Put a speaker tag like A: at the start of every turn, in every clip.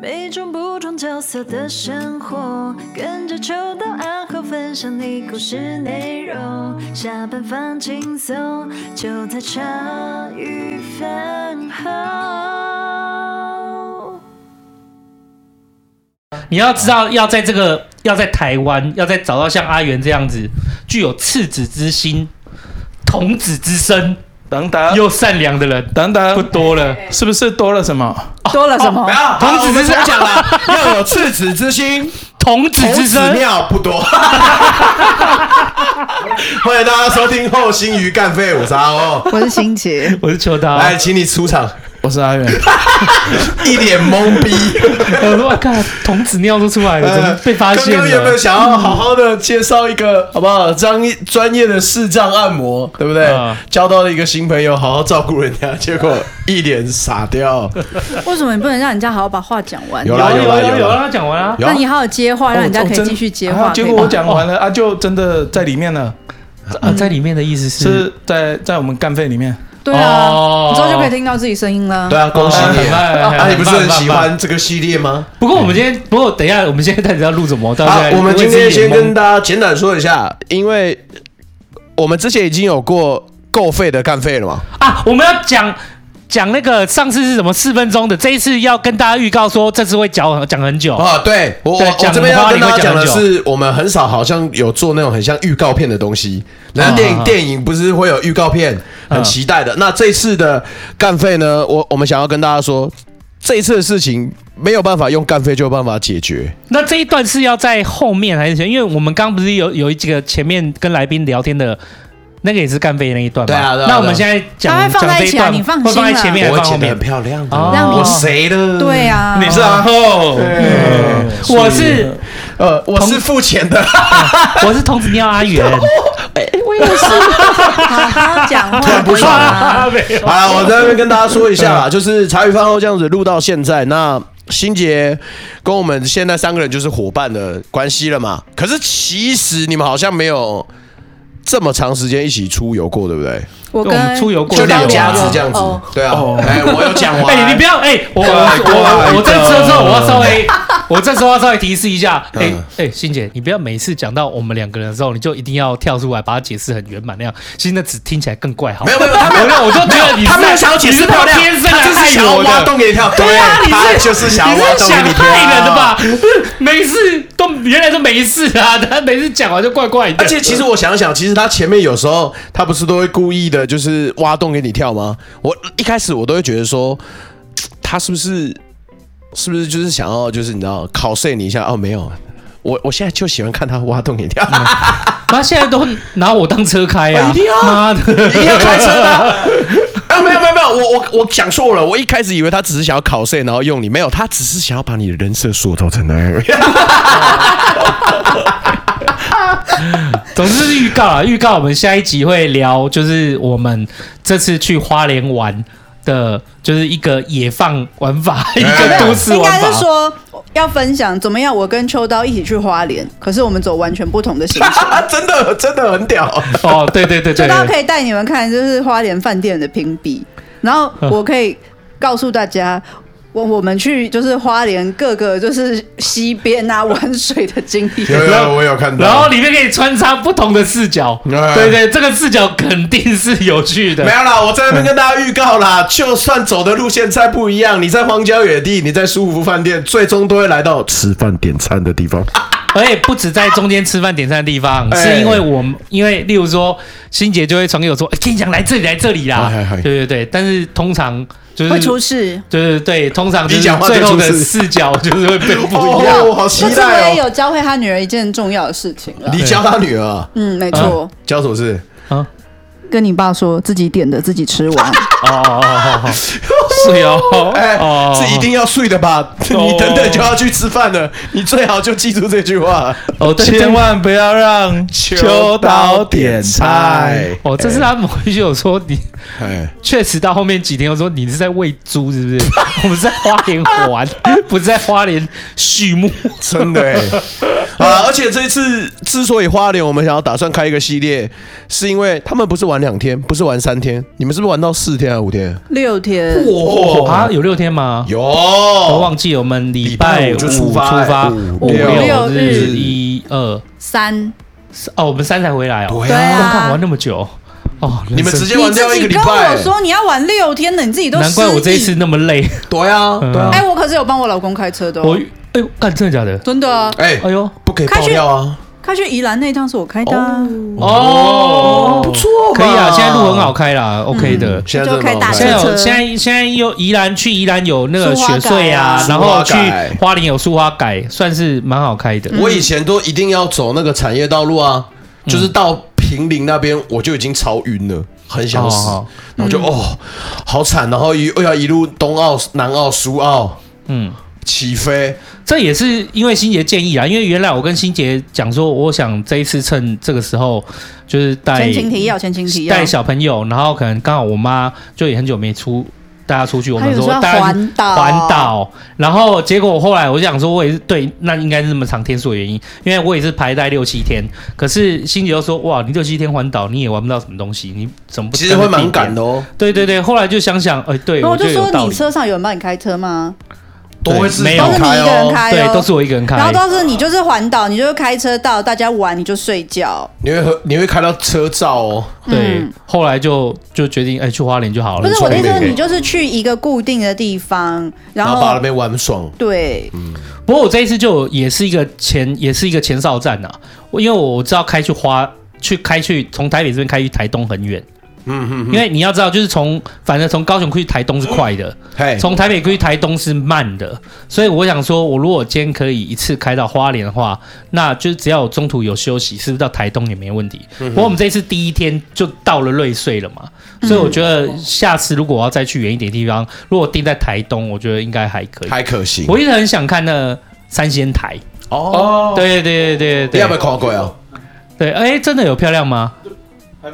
A: 每种不同角色的生活，跟着秋到暗号分享你故事内容。下班放轻松，就在茶余饭后。
B: 你要知道，要在这个要在台湾，要在找到像阿元这样子具有赤子之心、童子之身
C: 等等
B: 又善良的人
C: 等
B: 不
C: 等，
B: 多了。
C: 是不是多了什么？
D: 多了什么？
E: 没有，
B: 童子之身
E: 我们重讲了，要有赤子之心，
B: 童子
E: 童
B: 之
E: 子
B: 身，
E: 尿不 多。欢迎大家收听《后心鱼干废》，我是阿欧。
D: 我是心杰，
B: 我是邱涛。
E: 来，请你出场，
C: 我是阿 远，
E: 一脸懵逼。
B: 我说，我靠，童子尿都出来 了，怎么被发现
E: 刚刚有没有
B: 了？
E: 想要好好的
C: 介绍一个好不好？专业专业的视障按摩，
E: 对不对
B: 嗯？
E: 交到了一个新朋友，好好照顾人家，结果一脸傻掉。
D: 为什么你不能让人家好好把话讲完？
E: 有啦
B: 啊
E: 有啦
B: 啊
E: 有
B: 有啊，
E: 啦
B: 他讲完啊。
E: 有
D: 那
E: 啊哦
D: 你好好接话，让人家可以继续接话。
C: 哦啊结
D: 可以
C: 果我
D: 吗
C: 讲完了啊，就真的在里面了，
B: 啊，在里面的意思是
C: 是在在我们干费里面。
D: 对啊，
B: 哦
D: 你之后就可以听到自己声音了。
E: 对啊，恭喜你
B: 很棒很棒
E: 啊！你不是很喜
B: 很
E: 欢这个系列吗？
B: 不过我们今天，不过等一下，我们现在到底要录什么？到
E: 好
B: 现在，
E: 我们今天先跟
B: 大
E: 大家简短说一下，因为我们之前已经有过够费的干费了嘛，
B: 啊，我们要讲讲那个上次是什么四分钟的，这一次要跟大家预告说，这次会讲讲很久。
E: 啊，对我我
B: 对
E: 我
B: 讲
E: 这边要跟大家讲的
B: 花莲会
E: 是，我们很少好像有做那种很像预告片的东西。那
B: 嗯
E: 电影
B: 嗯
E: 电影不是会有预告片，很
B: 嗯
E: 期待的。那这次的干费呢，我我们想要跟大家说，这一次的事情没有办法用干费就有办法解决。
B: 那这一段是要在后面还是前？因为我们刚不是有有一几个前面跟来宾聊天的。那个也是干杯那一段嘛，
E: 对啊对啊
B: 那我们现在
D: 它
B: 讲
D: 会放
B: 讲
D: 在
B: 这
D: 一
B: 一
D: 起啊
B: 段，
D: 你放心
B: 会放在前面还
E: 我
B: 是放后
E: 剪得
B: 面
E: 很？漂亮的，
B: 哦
D: 让你
E: 我谁的？
D: 对啊，
E: 你是啊，
B: 后，我是
E: 呃，我是付钱的。
B: 哦我是童子尿阿 元，
D: 好好讲话，
E: 突然不爽
D: 啊
B: 啊没有
E: 好了，我在那边跟大家说一下
B: 嗯
E: 啦，就是茶余饭后这样子录到现在，那新杰跟我们现在三个人就是伙伴的关系了嘛。可是其实你们好像没有这么长时间一起出游过，对不对？
D: 我
B: 我们
D: 跟
B: 出游过
E: 就
B: 两次
D: 家
E: 两家子
D: 子
E: 这样子
D: 哦，
E: 对啊
C: 哦。
E: 哎，我有讲完。
B: 哎、你不要哎、我我我我我这时候我要稍微，我这时候要稍微提示一下，哎、
E: 嗯
B: 哎、欣姐，你不要每次讲到我们两个人的时候，你就一定要跳出来把它解释很圆满那样，其实那只听起来更怪好。
E: 没有没有，他 没有，
B: 我就觉得你是
E: 他没有想要解释漂亮，
B: 你是他天生
E: 他
B: 来
E: 就是想
B: 害
E: 要
B: 我
E: 挖
B: 的。
E: 洞给你跳。对
B: 啊你是
E: 他就是想要
B: 你
E: 挖
B: 是
E: 洞给
B: 想
E: 你啊跳。
B: 害人的吧？每次都原来都没事啊，他每次讲完就怪怪的。
E: 而且其实我想想，其实他前面有时候他不是都会故意的，就是挖洞给你跳吗？我一开始我都会觉得说，他是不是是不是就是想要就是你知道考碎你一下？哦，没有，我我现在就喜欢看他挖洞给 你跳，
B: 他现在都拿我当车开啊，
E: 哦一定要
B: 妈的，
E: 一定要开车的啊。 啊，没有没有没有，我我我讲错了，我一开始以为他只是想要考碎，然后用你，没有，他只是想要把你的人设塑造成那样。
B: 总之是预告啊，预告我们下一集会聊，就是我们这次去花莲玩的，就是一个野放玩法，
E: 哎
B: 一个都市
D: 应
B: 玩
D: 该是
B: 法。
D: 说要分享怎么样，我跟秋刀一起去花莲，可是我们走完全不同的行 程。
E: 真的真的很屌，
B: 哦，对对对
D: 秋
B: 对
D: 刀
B: 对，
D: 可以带你们看，就是花莲饭店的评比，然后我可以告诉大家。我我们去就是花莲各个就是溪边啊玩水的经历，
E: 有我有看
B: 然后里面可以穿插不同的视角，
E: 哎
B: 对对，这个视角肯定是有趣的
E: 没。有啦，我在那边跟大家预告 啦，就算走的路线再不一样，你在荒郊野地，你在舒服饭店，最终都会来到吃饭点餐的 地方。
B: 而且不止在中间吃饭点餐的地方，
E: 哎
B: 是因为我们因为例如说，欣姐就会传给我说，哎，跟你讲来这里来这里啦
E: 哎哎哎，
B: 对对对，但是通常就是
D: 会出事。
B: 对对对，通常就是
E: 你讲话就
B: 最后的
E: 出事
B: 视角就是会被不一样。
E: 哦，好
D: 这
E: 期
D: 次我
E: 待
D: 也
E: 哦！
D: 有教会他女儿一件重要的事情了。
E: 你教他女儿啊？
D: 嗯，没错，
E: 教什么事？
B: 啊
D: 跟你爸说自己点的自己吃 完。
B: 哦哦哦哦，是哦，
E: 哎
B: 哦，，
E: 是一定要睡的吧？
C: 哦
E: 你等等就要去吃饭了，你最好就记住这句话。
B: 哦，对
C: 千万不要让 秋刀点菜。
B: 哦，这是他某一句有说你
E: 哎，
B: 确实到后面几天，我说你是在喂猪是不是？我们是在花莲玩，不是在花莲畜牧。
E: 真的 哎。啊！而且这一次之所以花莲，我们想要打算开一个系列，是因为他们不是玩玩两天，不是玩三天，你们是不是玩到四天还是五天？
D: 六天，
E: 哇
B: 啊，有六天吗？
E: 哦有，
B: 我忘记我们礼
E: 礼拜
B: 五
E: 五就
B: 出
E: 出发哎
B: 五
E: 五
B: 六
D: 六
B: 日
D: 日
B: 一二
D: 三，
B: 三哦，我们三才回来哦。
E: 对
D: 对
E: 啊，
B: 我靠，
D: 啊
B: 玩，那么久哦，人
E: 你们
B: 生
E: 直接
D: 你
E: 玩掉
D: 自
E: 一个
D: 己
E: 礼
D: 跟我
E: 拜，
D: 说你要玩六天的，你自己都
B: 难怪
D: 失
B: 我这一
D: 忆
B: 次那么累。
E: 对啊，对啊
D: 哎，，我可是有帮我老公开车的哦，
B: 我哎呦，干真的假的？
D: 真的啊，
E: 哎
B: 哎，呦
E: 不可以爆料啊，
D: 开去宜兰那一趟是我开的啊，
B: 哦，
E: 哦不错嘛，
B: 可以啊，现在路很好开啦，OK 的。
E: 现在真的
D: 就开
E: 蛮好
D: 大
E: 开
B: 现在
D: 车
B: 有现在现在有宜兰去宜兰有那个
D: 苏花
B: 雪穗啊
D: 改，啊
B: 然后去
E: 苏花改
B: 花莲有苏花改，算是蛮好开的。
E: 我以前都一定要走那个产业道路啊，就是到平林那边我就已经超晕了，很想死
B: 哦哦，
E: 然后就哦好惨，然后一又要一路东澳、南澳、苏澳
B: 嗯，
E: 起飞，
B: 这也是因为欣杰建议啊，因为原来我跟欣杰讲说，我想这一次趁这个时候就是带
D: 前情提要，前情提要，
B: 带小朋友，然后可能刚好我妈就也很久没出带她出去，我
D: 他
B: 们
D: 有
B: 说
D: 时候
B: 大家
D: 环岛，
B: 环，岛，然后结果后来我想说，我也是对，那应该是这么长天数的原因，因为我也是排在六七天，可是欣姐又说，哇，你六七天环岛你也玩不到什么东西，你怎么不
E: 其实会蛮
B: 赶
E: 赶？的哦，
B: 对对对，后来就想想，哎、对，
D: 然后我
B: 觉
D: 就
B: 得
D: 说
B: 有道
D: 你
B: 理，
D: 车上有人帮你开车吗？
E: 都会是
B: 没有
D: 都
E: 要
D: 是你
E: 开
D: 一个人
E: 哦，
D: 开
B: 对，都
D: 哦。
B: 是我一个人开，
D: 然后都是你就是环岛，你就开车到，大家玩你就睡觉。
E: 你会喝你会开到车照哦，
B: 对，
D: 嗯
B: 后来就就决定，哎、去花莲就好了。
D: 不是我的意思
E: 聪
D: 是，
E: 明
D: 你就是去一个固定的地方，然
E: 然后把那
D: 后
E: 边玩爽，
D: 对，
B: 不过我这一次就有也是一个前也是一个前哨站啊，我因为我知道开去花去开去从台北这边开去台东很远，嗯嗯，因为你要知道就是从反正从高雄去台东是快的，
E: 嘿，
B: 从台北去台东是慢的，所以我想说，我如果今天可以一次开到花莲的话，那就是只要我中途有休息，是不是到台东也没问题？不过我们这次第一天就到了瑞穗了嘛，所以我觉得下次如果我要再去远一点的地方，如果定在台东，我觉得应该还可以。
E: 还可行
B: 我一直很想看那三仙台，
E: 哦，
B: 对对对
E: 你
B: 对
E: 有
B: 对
E: 没有看过啊？
B: 对，哎，真的有漂亮吗？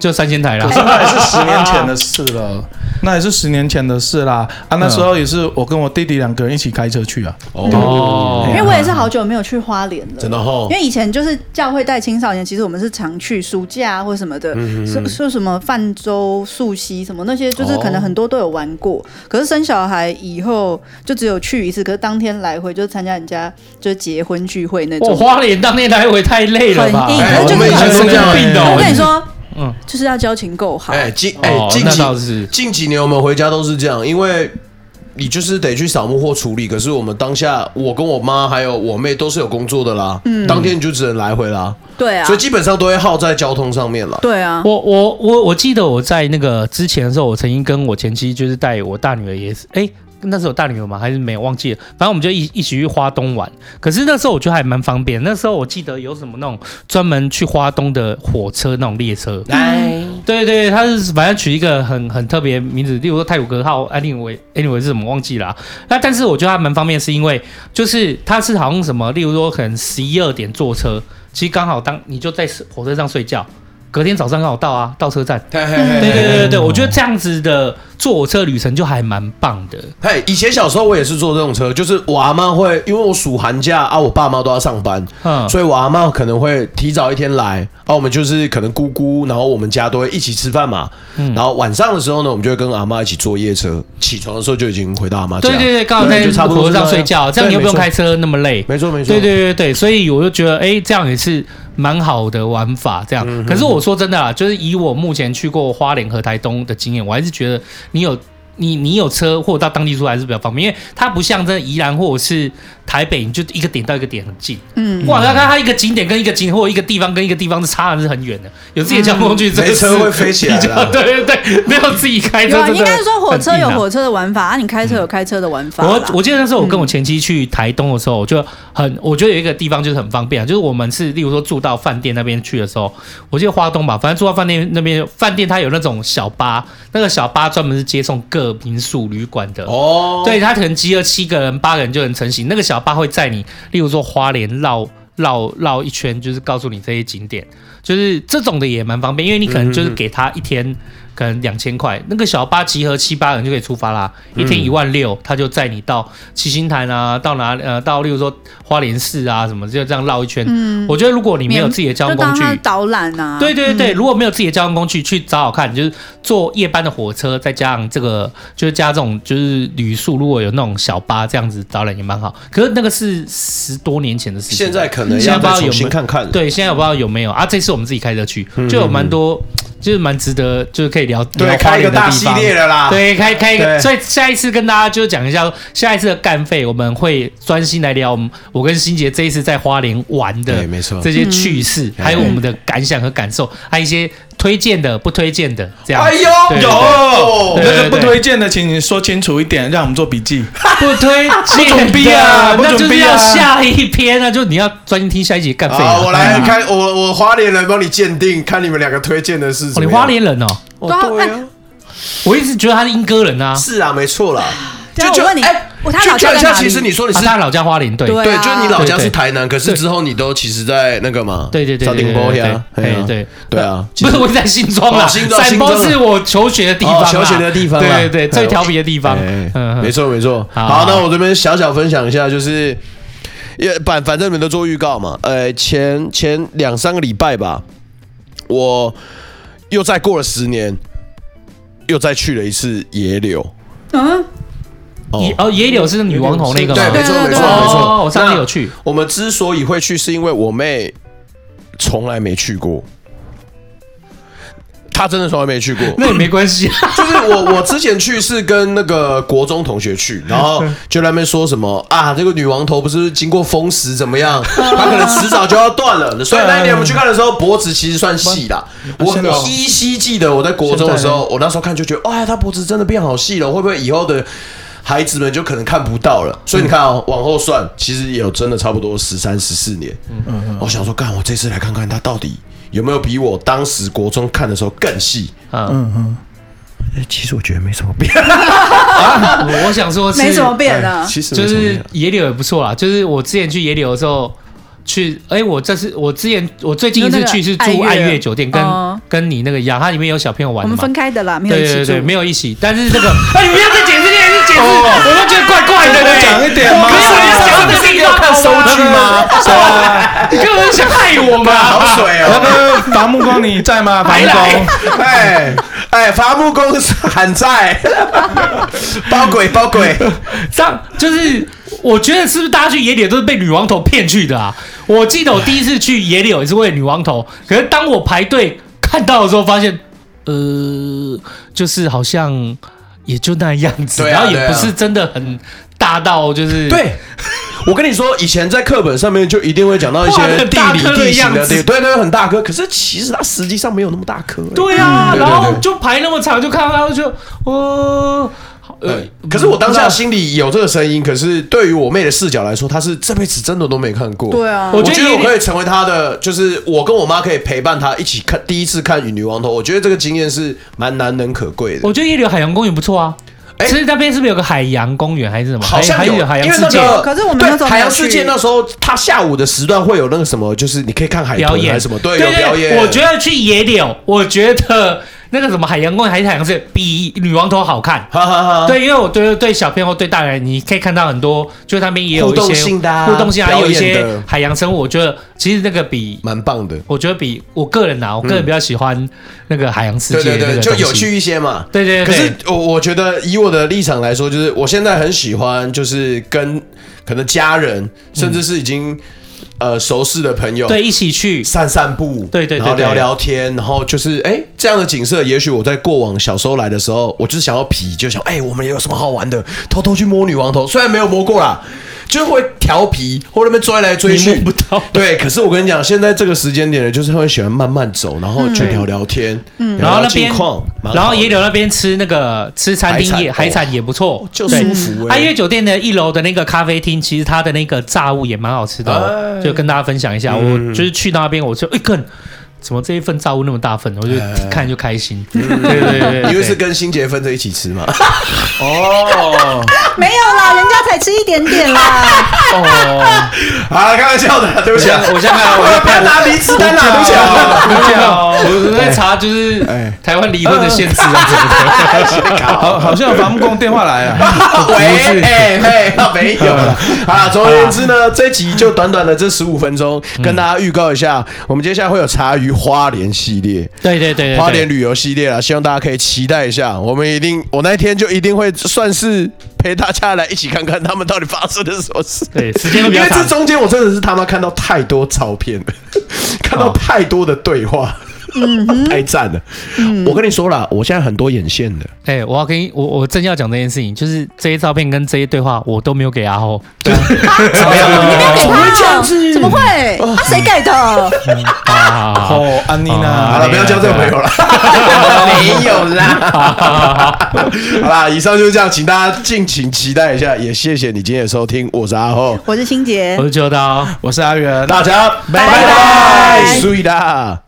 B: 就三仙台
C: 可是
B: 啦，
C: 那也是十年前的事了， 那也是十年前的事啦。啊，那时候也是我跟我弟弟两个人一起开车去啊。
B: 哦
D: 因为我也是好久没有去花莲了
E: 真。的哦吼
D: 因，为以前就是教会带青少年，其实我们是常去暑假啊或什么的，说说什么泛舟、溯溪什么那些，就是可能很多都有玩过。可是生小孩以后就只有去一次，可是当天来回就是参加人家就是结婚聚会那
B: 我
D: 种。
B: 花莲当天来回太累了吧？
D: 很硬
E: 哎
B: 我
E: 我们以前
B: 神
E: 是这样
B: 经病
C: 哦
B: 的，
D: 我跟你说，
B: 嗯
D: 就是要交情够好。
E: 哎，近
B: 哦
E: 哎近
B: 那
E: 几
B: 倒是
E: 近几年我们回家都是这样，因为你就是得去扫墓或处理。可是我们当下，我跟我妈还有我妹都是有工作的啦，当天你就只能来回啦，
D: 嗯对啊
E: 所，以基本上都会耗在交通上面了。
D: 对啊，
B: 我我我我记得我在那个之前的时候，我曾经跟我前妻就是带我大女儿也是，哎、那时候有大女儿吗？还是没有忘记了？反正我们就一一起去花东玩。可是那时候我觉得还蛮方便，那时候我记得有什么那种专门去花东的火车那种列车，
E: 来，
B: 对对，他是反正取一个很很特别的名字，例如说泰鲁格号，anyway anyway 是什么忘记了啊、那但是我觉得它蛮方便，是因为就是它是好像什么，例如说可能十一二点坐车，其实刚好当你就在火车上睡觉，隔天早上刚好到啊，到车站。
D: 嗯
B: 对对对
E: 嗯
B: 对对，我觉得这样子的坐火车旅程就还蛮棒的。
E: 嘿，以前小时候我也是坐这种车，就是我阿妈会，因为我暑寒假啊，我爸妈都要上班，
B: 嗯，
E: 所以我阿妈可能会提早一天来，啊，我们就是可能姑姑，然后我们家都会一起吃饭嘛，
B: 嗯
E: 然后晚上的时候呢，我们就会跟阿妈一起坐夜车，起床的时候就已经回到阿妈家，
B: 对对对，刚好在
E: 啊就差不多
B: 火车
E: 是这
B: 上
E: 样
B: 睡觉，这样
E: 对
B: 你又不用
E: 没错
B: 开车那么累。
E: 没错没错，
B: 对对对对，所以我就觉得，哎，这样也是蛮好的玩法。这样，
E: 嗯
B: 可是我说真的啦，就是以我目前去过花莲和台东的经验，我还是觉得你有你你有车或者到当地住还是比较方便，因为它不像在宜兰或者是台北，你就一个点到一个点很近。
D: 嗯，
B: 哇，那它它一个景点跟一个景点或者一个地方跟一个地方是差的是很远的，有
D: 嗯
B: 自己的交通工具，这个
E: 没
B: 是
E: 车会飞起来
B: 比较
E: 啦
B: 对对对，没有自己开
D: 有
B: 车
D: 啊，
B: 真的
D: 应该是说火车
B: 很硬
D: 有
B: 啊
D: 火车的玩法啊，你开车有开车的玩法啦。嗯
B: 我我记得那时候我跟我前妻去台东的时候，我就很我觉得有一个地方就是很方便、啊，就是我们是例如说住到饭店那边去的时候，我记得花东吧，反正住到饭店那边，饭店它有那种小巴，那个小巴专门是接送各民宿旅馆的。
E: 哦，
B: 对，它可能集合七个人、八个人就能成型。那个小巴会载你，例如说花莲绕绕绕一圈，就是告诉你这些景点，就是这种的也蛮方便，因为你可能就是给他一天。可能两千块，那个小巴集合七八人就可以出发啦，一天一万六，他就载你到七星潭啊，到哪呃到例如说花莲市啊什么，就这样绕一圈。
D: 嗯，
B: 我觉得如果你没有自己的交
D: 就
B: 通工
D: 当
B: 具
D: 他，导览啊，
B: 对对对，
D: 嗯
B: 如果没有自己的交通工具，去找找看，就是坐夜班的火车，再加上这个，就是加这种就是旅宿，如果有那种小巴这样子导览也蛮好。可是那个是十多年前的事情，
E: 现在可能
B: 现在
E: 要
B: 不知道
E: 再
B: 有
E: 重
B: 没
E: 新
B: 有
E: 看看。
B: 对，现在我不知道有没有啊。这次我们自己开车去，就有蛮多，就是蛮值得，就是可以聊
E: 嗯对，
B: 聊花
E: 开一个
B: 莲的
E: 大
B: 地
E: 系
B: 方
E: 列了啦。
B: 对，开开一个，
E: 啊对
B: 所以下一次跟大家就讲一下，下一次的干费，我们会专心来聊我们我跟欣杰这一次在花莲玩的，
E: 对没错
B: 这些趣事，还有我们的感想和感受，还有一些推荐的、不推荐的，这样。
E: 哎呦
B: 对
E: 有
B: 对
C: 那
B: 对
C: 个不推荐的，请你说清楚一点，让我们做笔记。
B: 不推荐的，
C: 不准逼啊不
B: 那
C: 准
B: 就是
C: 逼啊
B: 要下一篇啊，就你要专心听下一集干费啊。
E: 好，我来开我我花莲人帮你鉴定，看你们两个推荐的是
B: 哦，
E: 什
B: 你
E: 么。
B: 花莲人哦，
E: 哦？
D: 对
E: 对
D: 啊
E: 啊，
B: 我一直觉得他是莺歌人啊，
E: 是啊，没错啦。
D: 等一下啊我问你
E: 哎，
D: 我他老
E: 去
D: 家
E: 看
D: 在
E: 一下，
D: 哪里
E: 其实你说你
B: 啊
E: 是
B: 他老家花莲，对
D: 对
E: 对，
D: 啊
E: 就是你老家
B: 对对
E: 是台南，可是之后你都其实在那个嘛，
B: 对对对
E: 沙
B: 对
E: 丁波呀，
B: 对对
E: 啊
B: 对对
E: 对啊，
B: 不是我在新庄啦，
E: 哦新庄
B: 散
E: 新庄
B: 包是我求学的地方
E: 哦
B: 啦，
E: 求学的地方啦哦
B: 对对对，最调皮的地方
E: 哎，
B: 嗯，
E: 没错没错。
B: 好
E: 好，那我这边小小分享一下，就是也反反正你们都做预告嘛，呃，前前两三个礼拜吧，我又再过了十年，又再去了一次野柳。
D: 嗯，
B: 野哦野柳是女王头那个吗？
E: 对，没错
D: 对对
E: 没错
D: 对
E: 没
B: 哦
E: 错。
B: 我上次
E: 那
B: 有去，
E: 我们之所以会去，是因为我妹从来没去过，她真的从来没去过。
B: 那也没关系啊。
E: 就是我我之前去是跟那个国中同学去，然 后就在那边说什么啊，这个女王头不是经过风蚀怎么 样，她可能迟早就要断了。所以那一年我们去看的时候，脖子其实算细 啦。我
C: 现在哦
E: 依稀记得我在国中的时候，我那时候看就觉得，哇，她脖子真的变好细了，会不会以后的？孩子们就可能看不到了，所以你看哦，往后算，其实也有真的差不多十三、十四年。嗯嗯，我想说，干，我这次来看看她到底有没有比我当时国中看的时候更细。
B: 嗯，
E: 其实我觉得没什么变。
B: 我我想说是
D: 没什么变的，
E: 其实
B: 就
E: 嗯没什么
B: 是哎
E: 变
B: 野柳也不错啦。就是我之前去野柳的时候，去哎，我这次我之前我最近一次去是
D: 就那
B: 住
D: 个爱
B: 爱
D: 乐
B: 乐酒店，跟
D: 哦
B: 跟你那个一样，它里面有小朋友玩
D: 我
B: 的
D: 们
B: 嘛
D: 分。开的啦，没有
B: 对
D: 一
B: 对
D: 起
B: 对，
D: 住，
B: 没有一起，但是这个，哎，你不要再解释，你也是解释，我都觉得怪怪的嘞。
C: 讲一点嘛
B: 可是我要讲的是你看收
E: 据吗？
B: 你根本想害我嘛！
E: 好水
C: 那
E: 哦！
C: 个伐哎木工你在吗？伐木
B: 还来
C: 工，
E: 哎哎，伐木工喊在， 包鬼包鬼，
B: 上就是，我觉得是不是大家去野柳都是被女王头骗去的啊？我记得我第一次去野柳也是为了女王头，可是当我排队看到的时候，发现，呃，就是好像也就那样子，
E: 对啊
B: 然后也
E: 对啊
B: 不是真的很大到就是
E: 对。我跟你说，以前在课本上面就一定会讲到一
B: 哇
E: 些
B: 很
E: 地
B: 大
E: 理
B: 颗的
E: 地形
B: 样
E: 的
B: 子
E: 地，对对，很大颗。可是其实它实际上没有那么大颗。哎
B: 对啊，
E: 嗯对对
B: 然后
E: 对
B: 就排那么长，就看到就哦，好呃
E: 对，哎可是我当
B: 不
E: 下
B: 知道
E: 心里有这个声音，可是对于我妹的视角来说，她是这辈子真的都没看过。
D: 对啊
E: 我
B: 觉
E: 觉
B: 得
E: 得
B: 有
E: 我
B: 点
E: 可以成为她的，就是我跟我妈可以陪伴她一起看第一次看《与女王头》，我觉得这个经验是蛮难能可贵的。
B: 我觉得夜柳海洋公园不错啊。
E: 哎
B: 其实那边是不是有个海洋公园还是什么？
E: 好像
B: 还
E: 有，
B: 还海
E: 因
B: 洋
E: 为
B: 世
E: 那
B: 界。
E: 个，
D: 可是我们那时候
E: 对
D: 没
E: 海
D: 有
E: 洋世界
D: 去
E: 那时候，他下午的时段会有那个什么，就是你可以看海豚
B: 表演
E: 还是什么，对，
B: 对
E: 有表演。
B: 我觉得去野柳，我觉得那个什么海洋公园还是海洋世界比女王头好看。
E: 哈哈哈，
B: 对，因为我对对小朋友对大人，你可以看到很多，就是那边也有一些
E: 互动性的啊
B: 互动性啊，也
E: 表
B: 有
E: 演
B: 一些
E: 的
B: 海洋生物。我觉得其实那个比，
E: 蛮棒的。
B: 我觉得比我个人啊，我个人比较喜欢那个海洋世
E: 嗯对
B: 界
E: 对
B: 那
E: 对，
B: 个
E: 就
B: 东
E: 有
B: 西。
E: 趣一些嘛。
B: 对对对
E: 可是我我觉得以我的立场来说，就是我现在很喜欢，就是跟可能家人，甚至是已经呃熟识的朋友，
B: 嗯对，一起去
E: 散散步，
B: 对对对
E: 然后
B: 对
E: 聊聊天，然后就是哎、这样的景色，也许我在过往小时候来的时候，我就是想要皮，就想哎、我们有什么好玩的，偷偷去摸女王头，虽然没有摸过啦，就是会调皮或者那边追来追去，
B: 你摸不到
E: 对，可是我跟你讲，现在这个时间点呢，就是会喜欢慢慢走，然后去聊聊天，嗯，
B: 然后那边
E: 近况，蛮好的
B: 然后野柳那边吃那个吃餐厅也海
E: 海产
B: 产也不错，
E: 就
B: 对
E: 舒服
B: 爱
E: 哎、
B: 乐酒店的一楼的那个咖啡厅，其实它的那个炸物也蛮好吃的、
E: 哎
B: 哦，就跟大家分享一下。
E: 嗯
B: 我就是去到那边，我就哎看，怎么这一份炸物那么大份，我就看就开心。对对对对啊对，
E: 因为嗯是跟新杰分着一起吃嘛，
C: 哦，
D: 没有啦，人家才吃一点点啦，
C: 哦，
E: 啊，开玩笑的，对不起啊，
B: 我现在我
E: 我 不要拿离职单啊，对不起啊。
B: 我我在查就是台湾离婚的限制啊什么的。
C: 好，好像有伐木工电话来
E: 哎
C: 啊，
E: 喂，哎嘿，啊没有了啊。总而言之呢，这集就短短的这十五分钟，跟大家预告一下，我们接下来会有茶余花莲系列。
B: 对对对对，
E: 花莲旅游系列啦，啊希望大家可以期待一下。我们一定，我那一天就一定会算是陪大家来一起看看他们到底发生了什么事。
B: 对时间都
E: 因
B: 比较
E: 为
B: 长
E: 这中间我真的是他妈看到太多照片了， 看到太多的对话， 太赞了。我跟你说啦，我现在很多眼线的，
B: 哎、我要跟你我我正要讲这件事情，就是这些照片跟这些对话我都没有给阿后，
E: 怎么样？
B: 啊
D: 你不要给他
E: 会这样子，
D: 怎么？会？
B: 哦
D: 啊，谁给的？
B: 好啊好好好
C: 哦，安妮
E: 好
C: 娜，
E: 了，不要交这个朋友了，没有啦。 好啦，以上就是这样，请大家敬请期待一下，也谢谢你今天的收听，我是阿后，
D: 我是心杰
B: 哦我，是秋刀。
C: 我是阿元，
E: 大家拜
D: 拜
E: 拜，注意啦。